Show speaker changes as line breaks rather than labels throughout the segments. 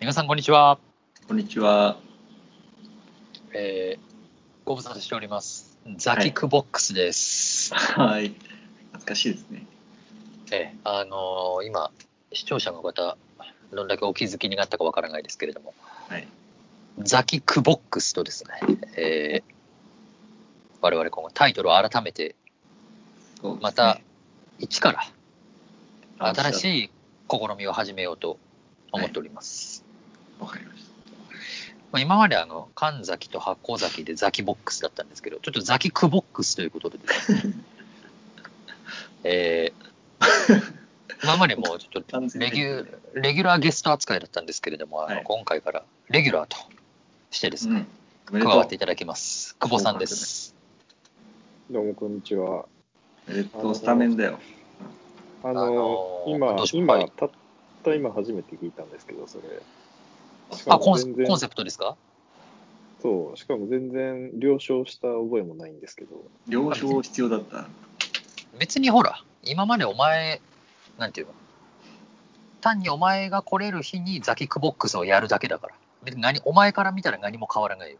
皆さん、こんにちは。
こんにちは。
えー、ご無沙汰しております。ザキックボックスです。
はい。懐かしいですね。
えーあのー今、視聴者の方、どんだけお気づきになったかわからないですけれども、
はい。
ザキックボックスとですね、えー我々今後タイトルを改めて、
そうですね
また一から
あ
新しい試みを始めようと思っております。
わかりました。
まあ、今まであの神崎と箱崎でザキボックスだったんですけど、ちょっとザキクボックスということでですね、 えー今までもうちょっと
完全
レ
に
ギュレギュラーゲスト扱いだったんですけれども、あの
はい
今回からレギュラーとしてです
う
ね、
ん。おめで
加
とう。
わっていただきます。久保さんです。
どうもこんにちは。
おめでとうスタメンだよ。
あ
あ
の
のーどうし
今、今、
はい
たった今初めて聞いたんですけど、それ。し
あ
か
コ
も
ン
全然
コンセプトですか
そう、しかも全然了承した覚えもないんですけど、
了承必要だった。
別にほら、今までお前、なんていうの、単にお前が来れる日にザキックボックスをやるだけだから、別に何お前から見たら何も変わらないよ。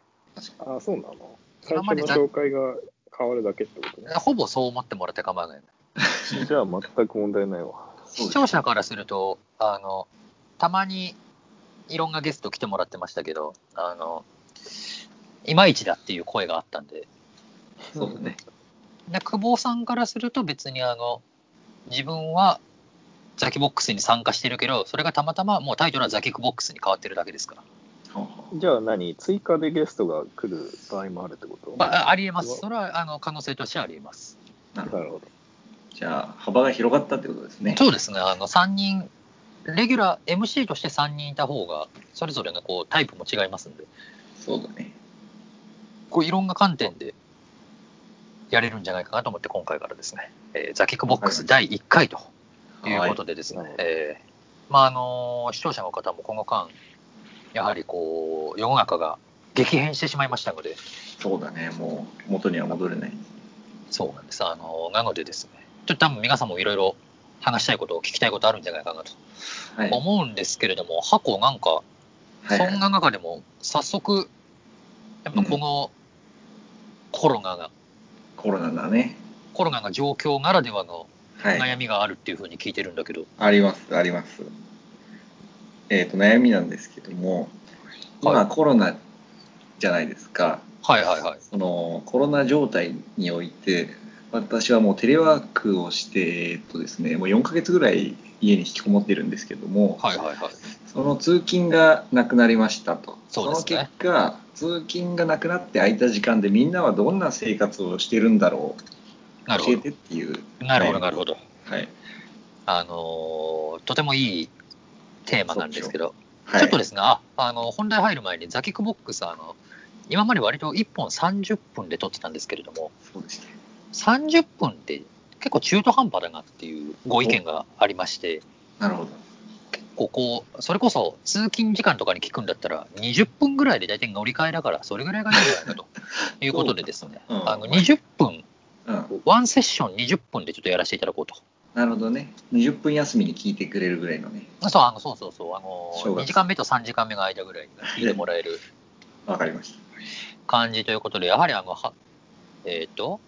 あ、そうなの最
今ま
初
で
の
だ
紹介が変わるだけってことね。
ほぼそう思ってもらって構わない、
じゃあ全く問題ないわ。
そう
視
です
聴者からすると、あのたまにいろんなゲスト来てもらってましたけど、あのいまいちだっていう声があったんで、
そうだね。
で久保さんからすると別にあの自分はザキボックスに参加してるけど、それがたまたまもうタイトルはザキックボックスに変わってるだけですから。
ほうほう
じゃあ何追加でゲストが来る場合もあるってこと、
まあ、ありえます。それはあの可能性としてはありえます。
なるほ
な
ど。
るほど。
じゃあ、幅が広がったってことですね。
そうですね、あの3人、レギュラー、MC として3人いた方が、それぞれのこうタイプも違いますんで、
そうだね。
こういろんな観点でやれるんじゃないかなと思って、今回からですね、えーザ・キックボックス第1回ということでですね、
はいはい
えーまああの視聴者の方もこの間、やはりこう世の中が激変してしまいましたので、
そうだね。もう元には戻れない。
そうなんです。あのなのでですね、ちょっと多分皆さんもいろいろ話したいこと、聞きたいことあるんじゃないかなと
はい。
思うんですけれども、箱なんか、
はい
そんな中でも早速、やっぱこのコロナが、
コロナだね。
コロナが状況ならではの
はい。
悩みがあるっていうふうに聞いてるんだけど、
あります、あります。えっ、と、悩みなんですけども、
は
今コロナじゃないですか。
はいはいはい。
そのコロナ状態において、私はもうテレワークをして、えっとですね、もう4ヶ月ぐらい家に引きこもってるんですけども、
はいはいはい。
その通勤がなくなりましたと。
そうですね
の結果、通勤がなくなって空いた時間でみんなはどんな生活をしてるんだろう、
なるほ
教えてっていう。
ど。なるほど、なるほど。
はい。
あのーとてもいいテーマなんですけど、
はい、
ちょっとですね、ああの本題入る前に、ザキックボックス、あの今まで割と1本30分で撮ってたんですけれども、
そうでした。
30分って結構中途半端だなっていうご意見がありまして、
なるほど。
ここ、それこそ通勤時間とかに聞くんだったら、20分ぐらいで大体乗り換えだから、それぐらいがいいんじゃないかと いうことでですね、
そうかうん
あの20分、
うん。
ワンセッション20分でちょっとやらせていただこうと。
なるほどね。20分休みに聞いてくれるぐらいのね。
そうあのそうそうそう、あの2
正月
時間目と3時間目の間ぐらいに聞いてもらえる
わかりまし
感じということで、やはりあの、はえっ、と、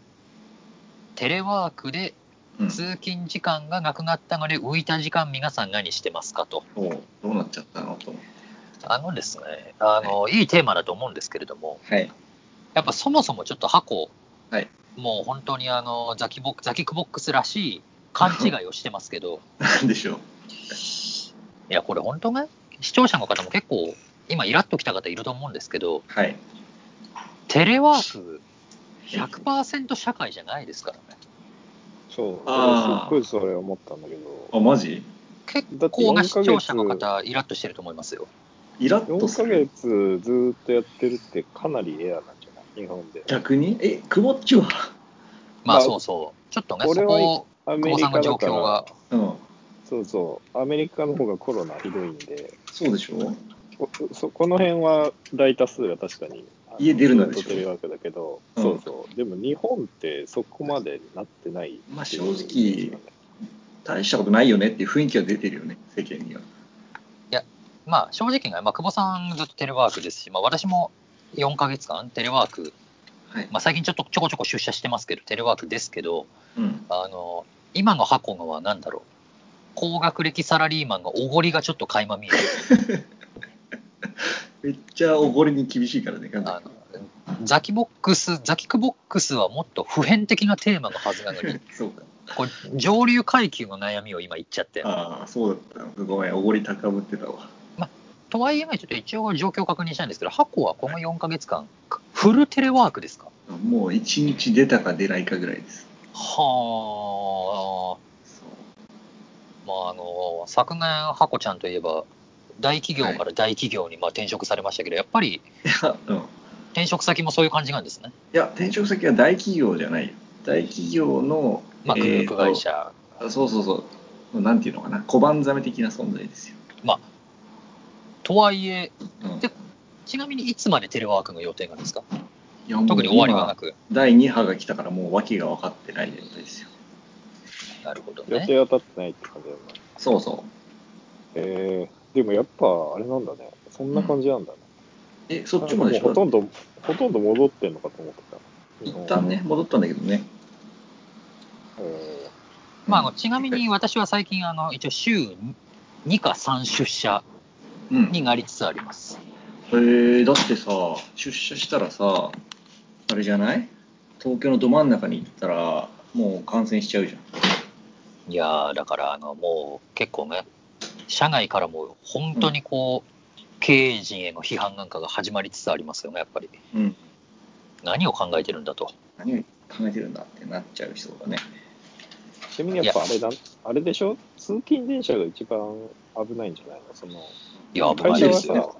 テレワークで
た。うん。
通勤時間がなくなったので、浮いた時間皆さん何してますかと。
おうどうなっちゃったのと思って。
あのですね、あの、い、いテーマだと思うんですけれども、
はい。
やっぱそもそもちょっと箱、
はい
もう本当にあのザキボックザキックボックスらしい勘違いをしてますけど、
なんでしょう。
いや、これ本当ね、視聴者の方も結構、今、イラッときた方いると思うんですけど、
はい。
テレワーク100%社会じゃないですからね。
そう、
あー
俺すっごいそれ思ったんだけど、
あ、マジ
結
だって
構
4
な
ヶ
視
月
聴者の方、イラッとしてると思いますよ。
イラッと
4
す
ヶ
る。
月ずーっとやってるってかなりエアなんじゃない日本で。
逆にえ、久保っちは
ま
ま
あ
あ
そうそう、ちょっとね、そ
俺は
こを、
アメリカだ
久保
か
さんの状況が
ら、
うん。
そうそう、アメリカの方がコロナひどいんで、
そうでしょ
こそこの辺は大多数が確かにあの
家出るのでしょ
ずっとテレワークだけど、
うん
そうそう、でも日本ってそこまでなってない
まあ
っていう
正直大したことないよねっていう雰囲気は出てるよね、世間には。
まあ、正直な、まあ、久保さんずっとテレワークですし、まあ、私も4ヶ月間テレワーク、
はい。
まあ、最近ちょっとちょこちょこ出社してますけど、テレワークですけど、
うん。
あの、今の箱のは何だろう。高学歴サラリーマンがおごりがちょっと垣間見える。
めっちゃおごりに厳しいからね、ガンダ
あ
ム
のザキボックス、ザキクボックスはもっと普遍的なテーマのはずなの に、
そうか。
これ上流階級の悩みを今言っちゃって。
ああ、そうだった。ごめん、おごり高ぶってたわ。
とはいえ、まあちょっと一応状況を確認したいんですけど、箱はこの4ヶ月間、フルテレワークですか
もう1日出たか出ないかぐらいです。
はあ、
そう
まあ、あの、昨年、ハコちゃんといえば、大企業から大企業にまあ転職されましたけど、やっぱり
いや、うん。い
転職先もそういう感じなんですね。
や、転職先は大企業じゃないよ。大企業の、
まあ、グループ会社。
えーとそうそうそう。なんていうのかな。小判ザメ的な存在ですよ。
とはいえ、
うん
でちなみにいつまでテレワークの予定なんですか
いやもう
特に終わりはな
今
く。
第2波が来たからもう訳が分かってない状態ですよ。
なるほど
予
ね。
定当たってないって感じだよね。
そうそう。
えー、でもやっぱあれなんだね。そんな感じなんだね。
え、そっちもでし
もうほと
ょ
んど、ほとんど戻ってんのかと思ってた。
一旦ね、戻ったんだけどね。
えー
まあ、あのちなみに私は最近、あの一応週2か3出社
うん。
になりつつあります。
えー、だってさ、出社したらさ、あれじゃない東京のど真ん中に行ったら、もう感染しちゃうじゃん。
いやーだからあのもう結構ね、社外からも本当にこう、経営陣への批判なんかが始まりつつありますよね、やっぱり。
うん、
何を考えてるんだと。
何を考えてるんだってなっちゃう人がね。
ちなみにやっぱあれだ、あれでしょ通勤電車が一番危ないんじゃないのその、
いや、危
会
ない
社
で
は
す
さ
よ。、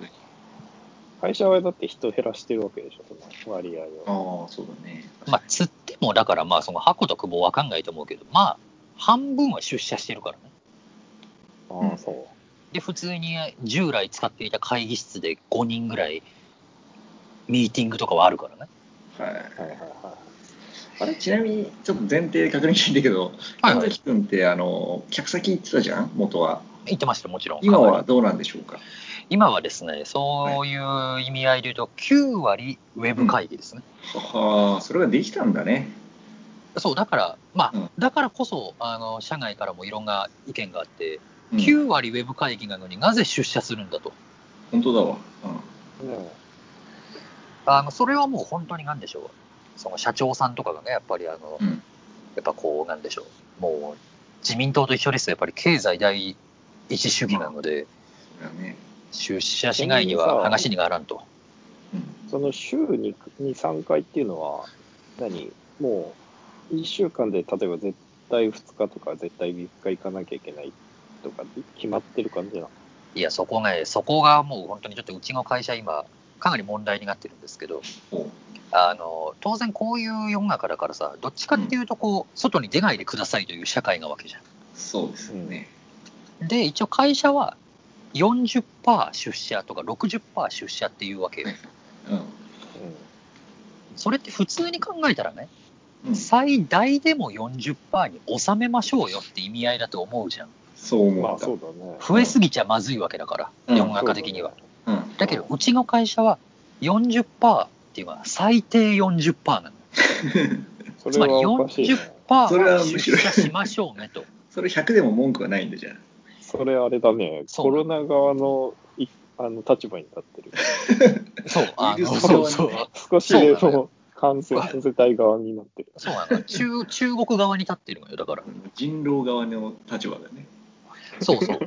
会社はだって人減らしてるわけでしょその割合
あ
を。
あ、そうだね。
まあ、つっても、だからまあ、その箱と久保わかんないと思うけど、まあ、半分は出社してるからね。
ああ、そう。
で、普通に従来使っていた会議室で5人ぐらい、ミーティングとかはあるからね。
はい、
はいはいは
あれちなみに、ちょっと前提確認したいんだけど、
はい、
神崎君って、あの、客先行ってたじゃん、元は。
言ってました、もちろん。
今はどうなんでしょうか。
今はですね、そういう意味合いで言うと、9割ウェブ会議ですね。
はあ、それができたんだね。
そう、だから、まあ、
うん
だからこそ、あの、社外からもいろんな意見があって、
うん
9割ウェブ会議なのになぜ出社するんだと。
本当だわ。うん
い。ね
あの、それはもう本当に何でしょう。その社長さんとかがね、やっぱりあの、
うん
やっぱこう、なんでしょう。もう、自民党と一緒ですよ。やっぱり経済第一主義なので、
それはね。
出社しないには話にならんと。
うん
その週に2、3回っていうのは、何もう、1週間で例えば絶対2日とか絶対3日行かなきゃいけないとかって決まってる感じなの
いや、そこね、そこがもう本当にちょっとうちの会社今、かなり問題になってるんですけど、
お
あの、当然こういう世の中だからさ、どっちかっていうとこう、外に出ないでくださいという社会なわけじゃ
そうですね。
ん。で、一応会社は40%出社とか60%出社っていうわけよ。
うん。
それって普通に考えたらね、
うん
最大でも40%に収めましょうよって意味合いだと思うじゃん。
そう
うん。
思
まあ
った。
そうだね。
増えすぎちゃまずいわけだから、
うん
世の中的には。
うん
だけど、うちの会社は40%っていうのは最低40%なの。
そ
つ
れ
まり
はおかしいね。
40%は
それはむし
出
ろ
社しましょうねと。
それ100でも文句はないんだじゃん。
それあれだね。
そう
コロナ側のいあの立場に立ってる。
そう、あの、
許さない
そうそう。
少しで
そうだ
も感染させたい側になってる。
そうなの。中、中国側に立ってるのよ、だから。
人狼側の立場だね。
そうそう。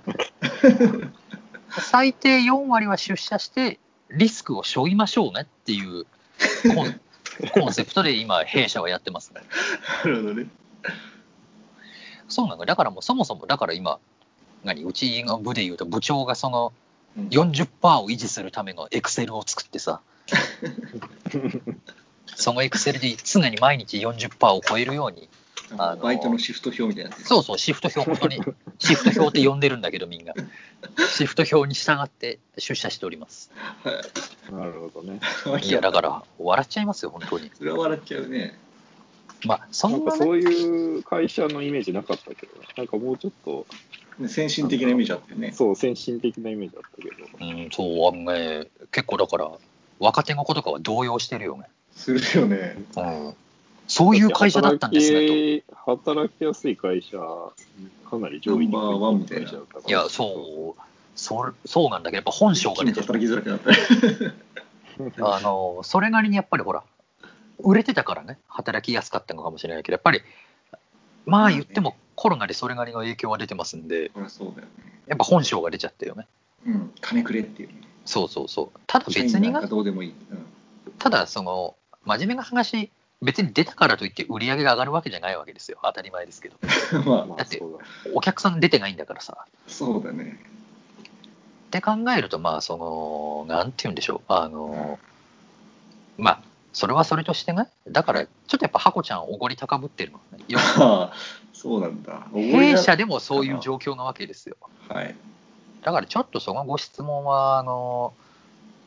最低4割は出社して、リスクを背負いましょうねっていうコンコンセプトで今、弊社はやってますね。
なるほどね。
そうなの。だからもうそもそも、だから今、何、うちの部で言うと部長がその
うん
40%を維持するためのエクセルを作ってさ、そのエクセルで常に毎日40%を超えるように、あの
バイトのシフト表みたいなやつ。
そうそう、シフト表、本当に、シフト表って呼んでるんだけど、みんな。シフト表に従って出社しております。
なるほどね。
いや、だから、笑っちゃいますよ、本当に。
それは笑っちゃうね。
まあ、そ
なん
ん
か
な、ね、
そういう会社のイメージなかったけどね、なんかもうちょっと、
先進的な意味じゃあってね。
そう、先進的なイメージだったけど、
うん、そう、あのね、結構だから、若手の子とかは動揺してるよね。
するよね。
うん、そういう会社だったんですね
働き働きやすい会社、かなり上位に
ナンバーワンみたいな
会社だったから
と。いや、そう、そそうなんだけど、やっぱ本性が
君
出
と
て
働
る。
きづらくなった。
あの、それなりにやっぱりほら、売れてたからね、働きやすかったのかもしれないけど、やっぱり、まあ言ってもコロナでそれなりの影響は出てますんで、
そりゃそうだよね。
やっぱ本性が出ちゃってるよね。
うん、金くれっていうね。
そうそうそう。ただ別に
社員なんか
な、
どうでもいい。うん
ただその、真面目な話、別に出たからといって売り上げが上がるわけじゃないわけですよ。当たり前ですけど。
ま
ま
だ
あ、
あ、
って
そうだ。
お客さん出てないんだからさ。
そうだね。
って考えると、まあ、その、なんて言うんでしょう、あの、まあ、それはそれとしてね、だから、ちょっとやっぱ、ハコちゃん、おごり高ぶってるのね。よ
ああ、 そうなんだ。
弊社でもそういう状況なわけですよ。
はい。
だから、ちょっとそのご質問は、あの、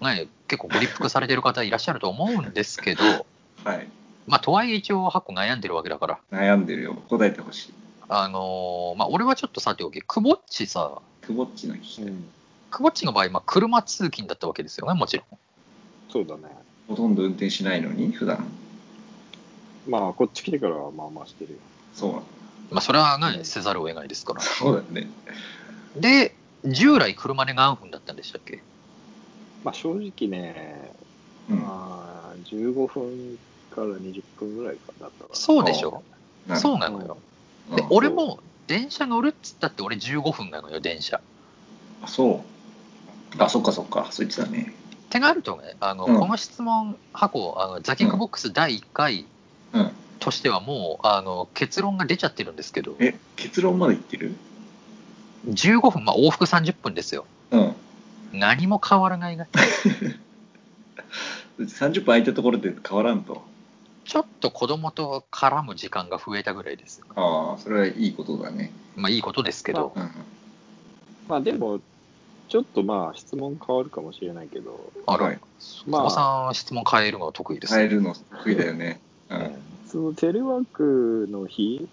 ね、結構ご立腹されてる方いらっしゃると思うんですけど、
はい。
まあ、とはいえ一応、ハコ悩んでるわけだから、
悩んでるよ。答えてほしい。
あの、まあ、俺はちょっとさておき、くぼっちさ、
くぼっちの日、
うん
くぼっちの場合、まあ、車通勤だったわけですよね、もちろん。
そうだね。
ほとんど運転しないのに、普段。
まあ、こっち来てからはまあまあしてるよ。
そうなんだ。
まあ、それはね、せざるを得ないですから。
そうだよね。
で、従来車で何分だったんでしたっけ
まあ、正直ね、
うん。
まあ、15分から20分ぐらいかなだったから。
そうでしょ
なる
そ
ほど
うなのよ。
うん
で、俺も電車乗るっつったって俺15分なのよ、電車。
あそう。あ、そっかそっか。そう言ってたね。
ってなるとね、あの、
うん
この質問箱、あのザキックボックス第1回
うん。
としてはもう、あの、結論が出ちゃってるんですけど、
え、結論まで言ってる
15分、まあ往復30分ですよ。
うん。
何も変わらないが。
30分空いたところで変わらんと。
ちょっと子供と絡む時間が増えたぐらいです。
ああ、それはいいことだね。
まあいいことですけど。
うん。
まあ、でも、ちょっとまあ、質問変わるかもしれないけど、
あら、
はい
まあ、さん質問変えるのが得意です
変え
ね。
るの得意だよね。う。
うんん
そのテレワークの日、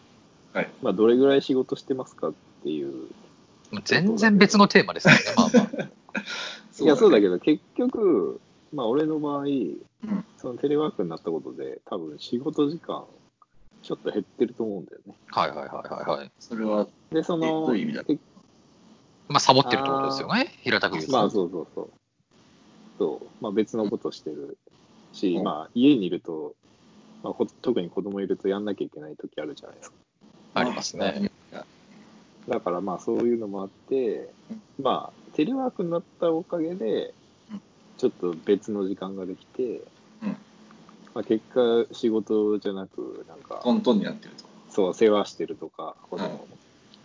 はい
まあ、どれぐらい仕事してますかっていう、
もう全然別のテーマですよね、まあまあ。
いや、そうだ
け
けど、結局、まあ、俺の場合、
ん
そのテレワークになったことで、多分仕事時間、ちょっと減ってると思うんだよね。
はいはいはいはいはい。
それは、
で、そ
えど
の、
ういう意味だ
け
まあ、サボってるってことですよね、平たく言うと。
まあ、そうそうそう。そう、まあ、別のことしてるし、
うん
まあ、家にいると、まあ、こ特に子供いるとやんなきゃいけない時あるじゃないですか。
ありますね。
だからまあそういうのもあって、まあテレワークになったおかげで
うん、
ちょっと別の時間ができて、
うん
まあ、結果仕事じゃなく、なんか、
トントンになってると。
そう、世話してるとか、この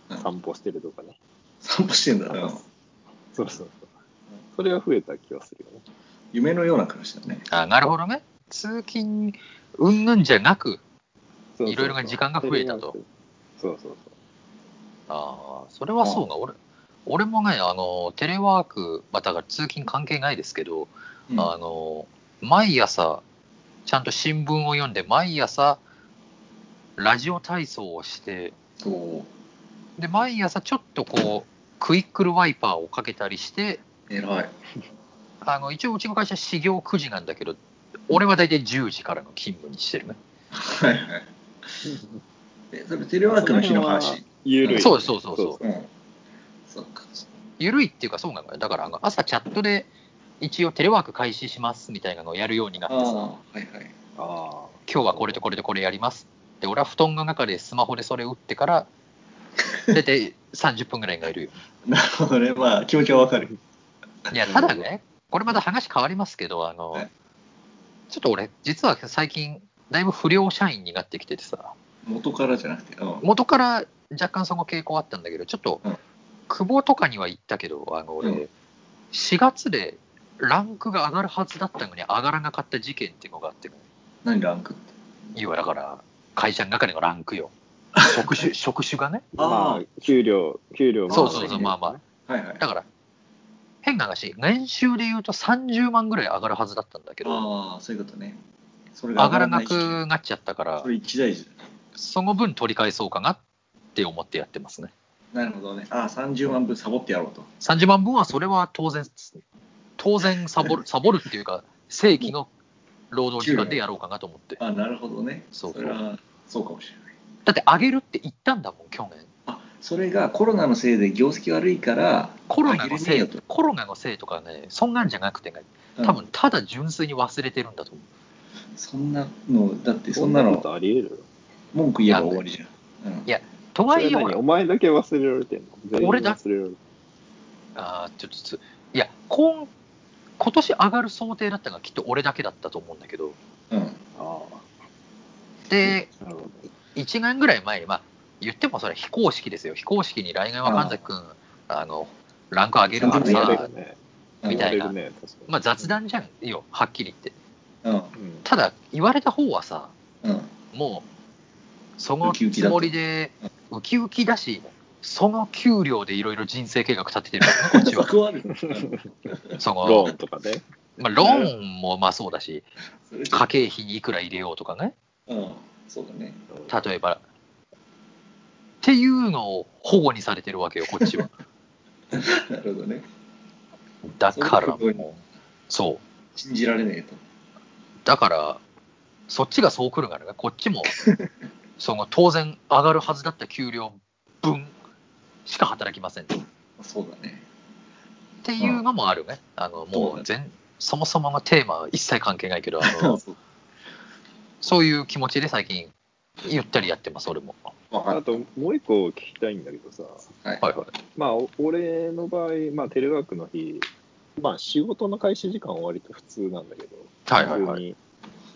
うん
散歩してるとかね。
散歩してんだ
なん
な
か。そうそうそう。それが増えた気がするよね。
夢のような暮らしだね。
あなるほどね。通勤うんぬんじゃなく、
そうそうそう
いろいろな時間が増えたと。
テレワークそうそうそう。
あーそれはそうな、俺俺もね、あのテレワーク、まあ、だから通勤関係ないですけど、
うん
あの毎朝、ちゃんと新聞を読んで、毎朝、ラジオ体操をして、
そう。
で毎朝ちょっとこう、クイックルワイパーをかけたりして、
偉い。
あの一応うちの会社始業9時なんだけど俺は大体10時からの勤務にしてるね
はいはい。え、それテレワークの日の話。
ゆるい。
そうそうそうそう
そう
うん。そっか。
ゆるいっていうかそうなのよだからあの朝チャットで一応テレワーク開始しますみたいなのをやるようになっ
あ
て
あ、
さ
はいはい。
ああ。
今日はこれとこれとこれやりますで俺は布団の中でスマホでそれ打って から大体30分ぐらいがいるよ
なるほどね。まあ、気持ちはわかる。
いやただねこれまた話変わりますけどあの
はい
ちょっと俺実は最近だいぶ不良社員になってきててさ
元からじゃなくて。うん。
元から若干その傾向あったんだけどちょっと、
うん
久保とかには行ったけどあの俺、
うん
4月でランクが上がるはずだったのに上がらなかった事件っていうのがあって
何ランクって。
いわだから会社の中でのランクよ職種職種がね
まあ、給料、給料も
そうそうそう
ね
まあまあ
はいはい。
だから変な話年収で言うと30万ぐらい上がるはずだったんだけど
ああ、そういうことね。それ
上がらないくなっちゃったから
それ一大事だ。
その分取り返そうかなって思ってやってますね
なるほどね。ああ、30万分サボってやろうと。
30万分はそれは当然ですね、当然サ ボる、サボるっていうか、正規の労働時間でやろうかなと思って。
ああ、なるほどね。
そう
れはそうかもしれない。
だって上げるって言ったんだもん、去年。
あそれがコロナのせいで業績悪いから、
コロナのせ
あ
い
げれねえよ、
コロナのせいとかね、そんなんじゃなくてね、
と
多分ただ純粋に忘れてるんだと思う。
うんそんなの、だってそんな
こ
の、
とあり得る
文句言えば終わりじゃん。うん
いやと
そ
はい
れ
え、ほ
何
ら
お前だけ忘れられてんの全員
俺だ
忘れられてんの
あーちょっとつ、いや、今今年上がる想定だったのがきっと俺だけだったと思うんだけど、
うん
あ
で、
あ、なるほど。
1年ぐらい前に、まあ、言ってもそれ非公式ですよ、非公式に来年は神崎君、あの、ランク上げるから
言われ
さ
る、
ね、
みたいな
言われるね確かに
まあ雑談じゃんよ、はっきり言って。
うん
うん
ただ、言われた方はさ、
うん
もう、そのつもりで、ウキウキだし、その給料でいろいろ人生計画立ててるからね、こっち
そ
は。
こはある。
そ
ロ
の
ー、ンとかね。
まあ、ローンもまあそうだし、
それで
家計費にいくら入れようとかね、
うん、そうだね。
例えば。っていうのを保護にされてるわけよ、こっちは。
なるほどね。
だから
そういうこと
もう、そう。
信じられねえと。
だから、そっちがそう来るからね、こっちも、その当然上がるはずだった給料分しか働きませんと。っ
そうだね。
ていうのもあるね。あのもう全、そもそものテーマは一切関係ないけど、あの
そう
そういう気持ちで最近、ゆったりやってます、俺も。
わか
あ
っ
と、もう一個聞きたいんだけどさ、
た。はい。
はいはい。
まあ、お俺の場合、まあ、テレワークの日、まあ、仕事の開始時間は割と普通なんだけど、
はいはいはい。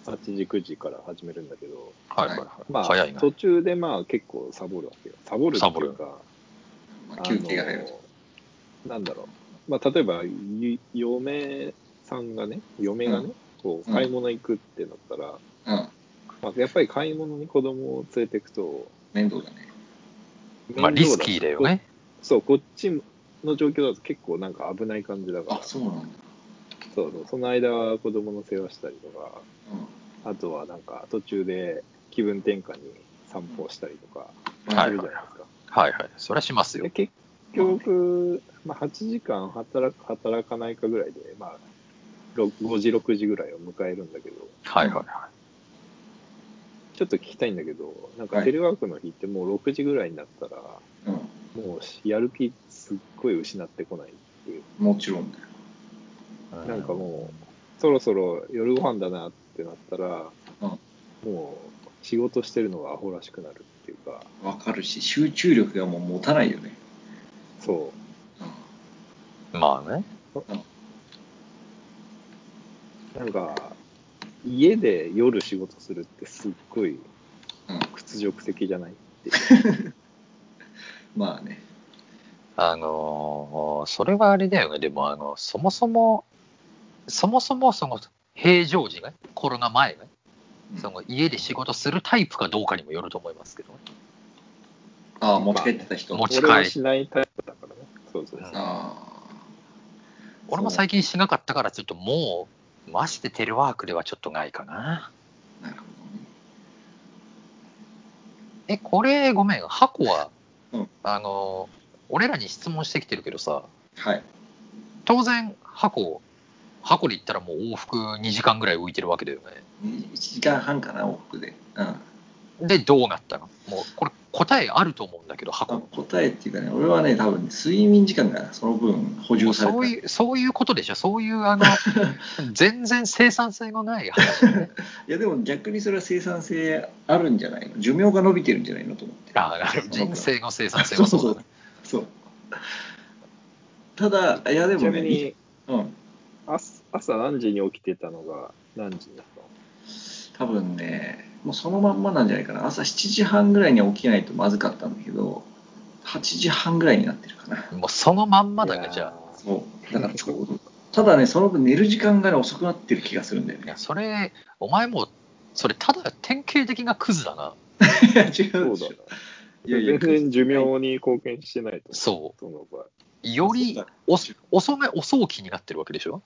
普通に8時、9時から始めるんだけど、
はいはい
ま
はい、
あ
早い、な。
途中でまあ結構サボるわけよ。サボるっていうか、
まあ
あの
休憩が入る。
なんだろう、まあ、例えば、ゆ嫁さんがね、嫁がね、
うん
こう
うん
買い物行くってなったら、
うん。
まあ、やっぱり買い物に子供を連れていくと、
面倒だね。
まあ、リ
面
ス
倒し
キーだよね。
そう、こっちの状況だと結構なんか危ない感じだか
あ
ら、、
そうなんだ。
そうそう、その間は子供の世話したりとか、あとはなんか途中で気分転換に散歩をしたりとか、
うん。
はい
するじゃないですか。
はいはい。それはしますよ
で。結局、まあ、8時間働く、働かないかぐらいで、まあ、ろ5時、6時ぐらいを迎えるんだけど、
はいはいはい。
ちょっと聞きたいんだけど、な
は
んか
い
テレワークの日ってもう6時ぐらいになったら、
うん。
もうやる気すっごい失ってこないっていう
もちろんだよ。
なんかもう、そろそろ夜ご飯だなってなったら、もう仕事してるのがアホらしくなるっていうか、
わかるし、集中力がもう持たないよね。
そ
うん。まあね。
う、なんか、家で夜仕事するってすっごい
うん。うん、
屈辱的じゃないっていう。
まあね。
あのーそれはあれだよね、でもあの、そもそも、そもそもその平常時が、ね、コロナ前がね、
うん
その家で仕事するタイプかどうかにもよると思いますけどね、
ああ、持ち帰ってた人。
持ち帰
俺はしないタイプだからね。そうそうそ
あ
う。
あ。
俺も最近しなかったから、ちょっともう、ましてテレワークではちょっとないかな。
近。なるほ
え、これ、ごめん、箱は、
うん
あのー俺らに質問してきてるけどさ、
どね。はい。
当然、箱、箱で行ったらもう往復2時間ぐらい浮いてるわけだよね。
1時間半かな、往復で。うん。
で、どうなったのもう、これ、答えあると思うんだけど、箱
あ
の。
答えっていうかね、俺はね、多分ね、睡眠時間がその分補
も
充
う
された。
そういうそういうことでしょ、そういう あの全然生産性のない話ね。
いやでも逆にそれは生産性あるんじゃないの寿命が伸びてるんじゃないのと思って
あなるほど人生の生産性はそうだね。
そうただいやで
ち
も
なみ
ね
に
うん
朝、朝何時に起きてたのが何時だったの
多分ねもうそのまんまなんじゃないかな朝7時半ぐらいには起きないとまずかったんだけど8時半ぐらいになってるかな
もうそのまんまだ
い
ね
やー
じゃ
そうだからちょうどただねその分寝る時間がね遅くなってる気がするんだよ
あい
ね
やそれお前もうそれただ典型的なクズだない
や 違
そう
で
う
し
だ
ょ
な。
いやいや
全然寿命に貢献してないと。
そ
その場合。
うよりお遅め遅起きになってるわけでしょ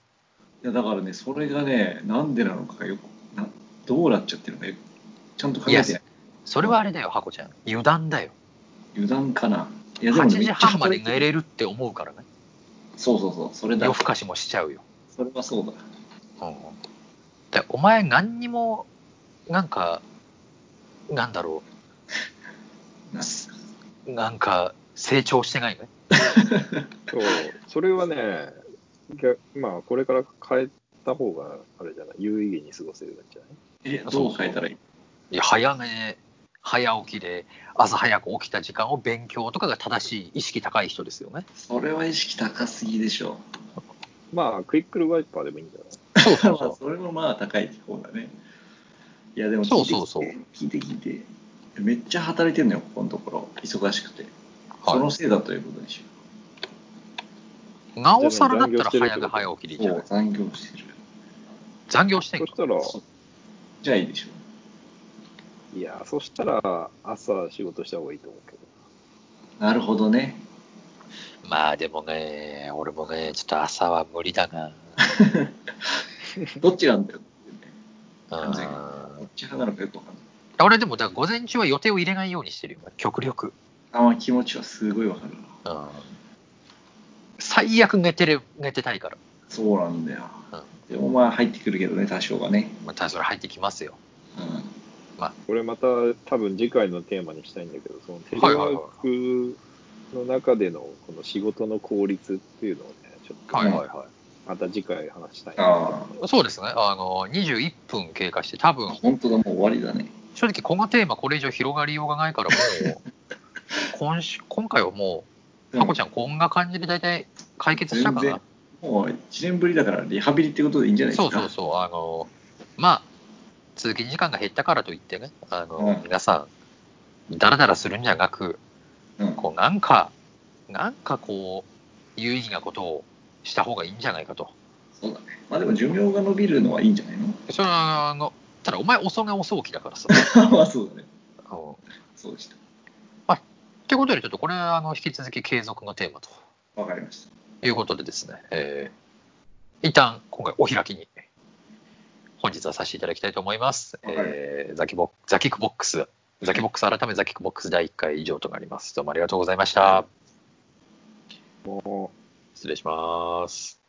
いやだからねそれがねなんでなのかがよくなどうなっちゃってるのかよくちゃんと考えてない
それはあれだよハコちゃん油断だよ
油断かないやでも
8
めっ
時
ちゃ
半まで
働いてる
寝れるって思うからね。
そうそうそう、それだ
夜。更かしもしちゃうよ。
それはそうだ。
うん、でお前何にも、なんか、なんだろ
な
う、なんか成長してないね。
そう、それはね、逆まあ、これから変えた方が、あれじゃない、有意義に過ごせるんじゃない
え、
そう
どう変えたらいい
いや早寝、早起きで、朝早く起きた時間を勉強とかが正しい、意識高い人ですよね。
それは意識高すぎでし ょ。
まあ、クイックルワイパーでもいいんじゃない
そうそう
まあ
そ
それもまあ高い方だね。いやでも
そ
聞
う
いて
そうそう
聞いて聞いて。めっちゃ働いてんのよ、ここのところ。忙しくて。
う。
その
は
せいだということでし
い、なおさらだったら早寝早起きでいいじゃ
ょ
な
う
い。
残業してる。
残業してん
そ
の
したら、
そうじゃあいいでしょう。
いや、そしたら、朝仕事した方がいいと思うけど。
なるほどね。
まあでもね、俺もね、ちょっと朝は無理だな。
どっちなんだよ。完全に
う
ど
ん
っち派なのかよくわかんない。
俺でもだから午前中は予定を入れないようにしてるよ、極力。
あまあ気持ちはすごいわかるな。
うん、最悪寝てる寝てたいから。
そうなんだよ。でもまあ入ってくるけどね、多少はね。
またそれ入ってきますよ。
うん
これまた多分次回のテーマにしたいんだけど、そのテレ
はいは
ワ
い
ークの中でのこの仕事の効率っていうのをね、ちょっと、
はい
はい
はい、また次回話したいな
あ
そうですね、あの21分経過して、多
あ、
分
本当だ、もう終わりだね。
正直、このテーマ、これ以上広がりようがないから、 もう今週、今回はもう、タコちゃん、こんな感じで大体解決したか
全然
な。
もう1年ぶりだから、リハビリってことでいいんじゃないで
そう
すか。
そうそう、あの、まあ、通勤時間が減ったからといってね、あの、
うん
皆さん、だらだらするんじゃなく、
うん
こうなんか、なんかこう、有意義なことをした方がいいんじゃないかと。
そうだね。まあでも寿命が伸びるのはいいんじゃないの
それは、あの、ただお前遅が遅起きだからさ。
まあそうだね。
うん
そうでした。
ってことで、ちょっとこれはあの引き続き継続のテーマと
わかりました。
いうことでですね、えー一旦今回お開きに、本日はさせていただきたいと思います。
はい
えーザキボザキックボックス、ザキボックス改めザキックボックス第1回以上となります。どうもありがとうございました。
もう
失礼します。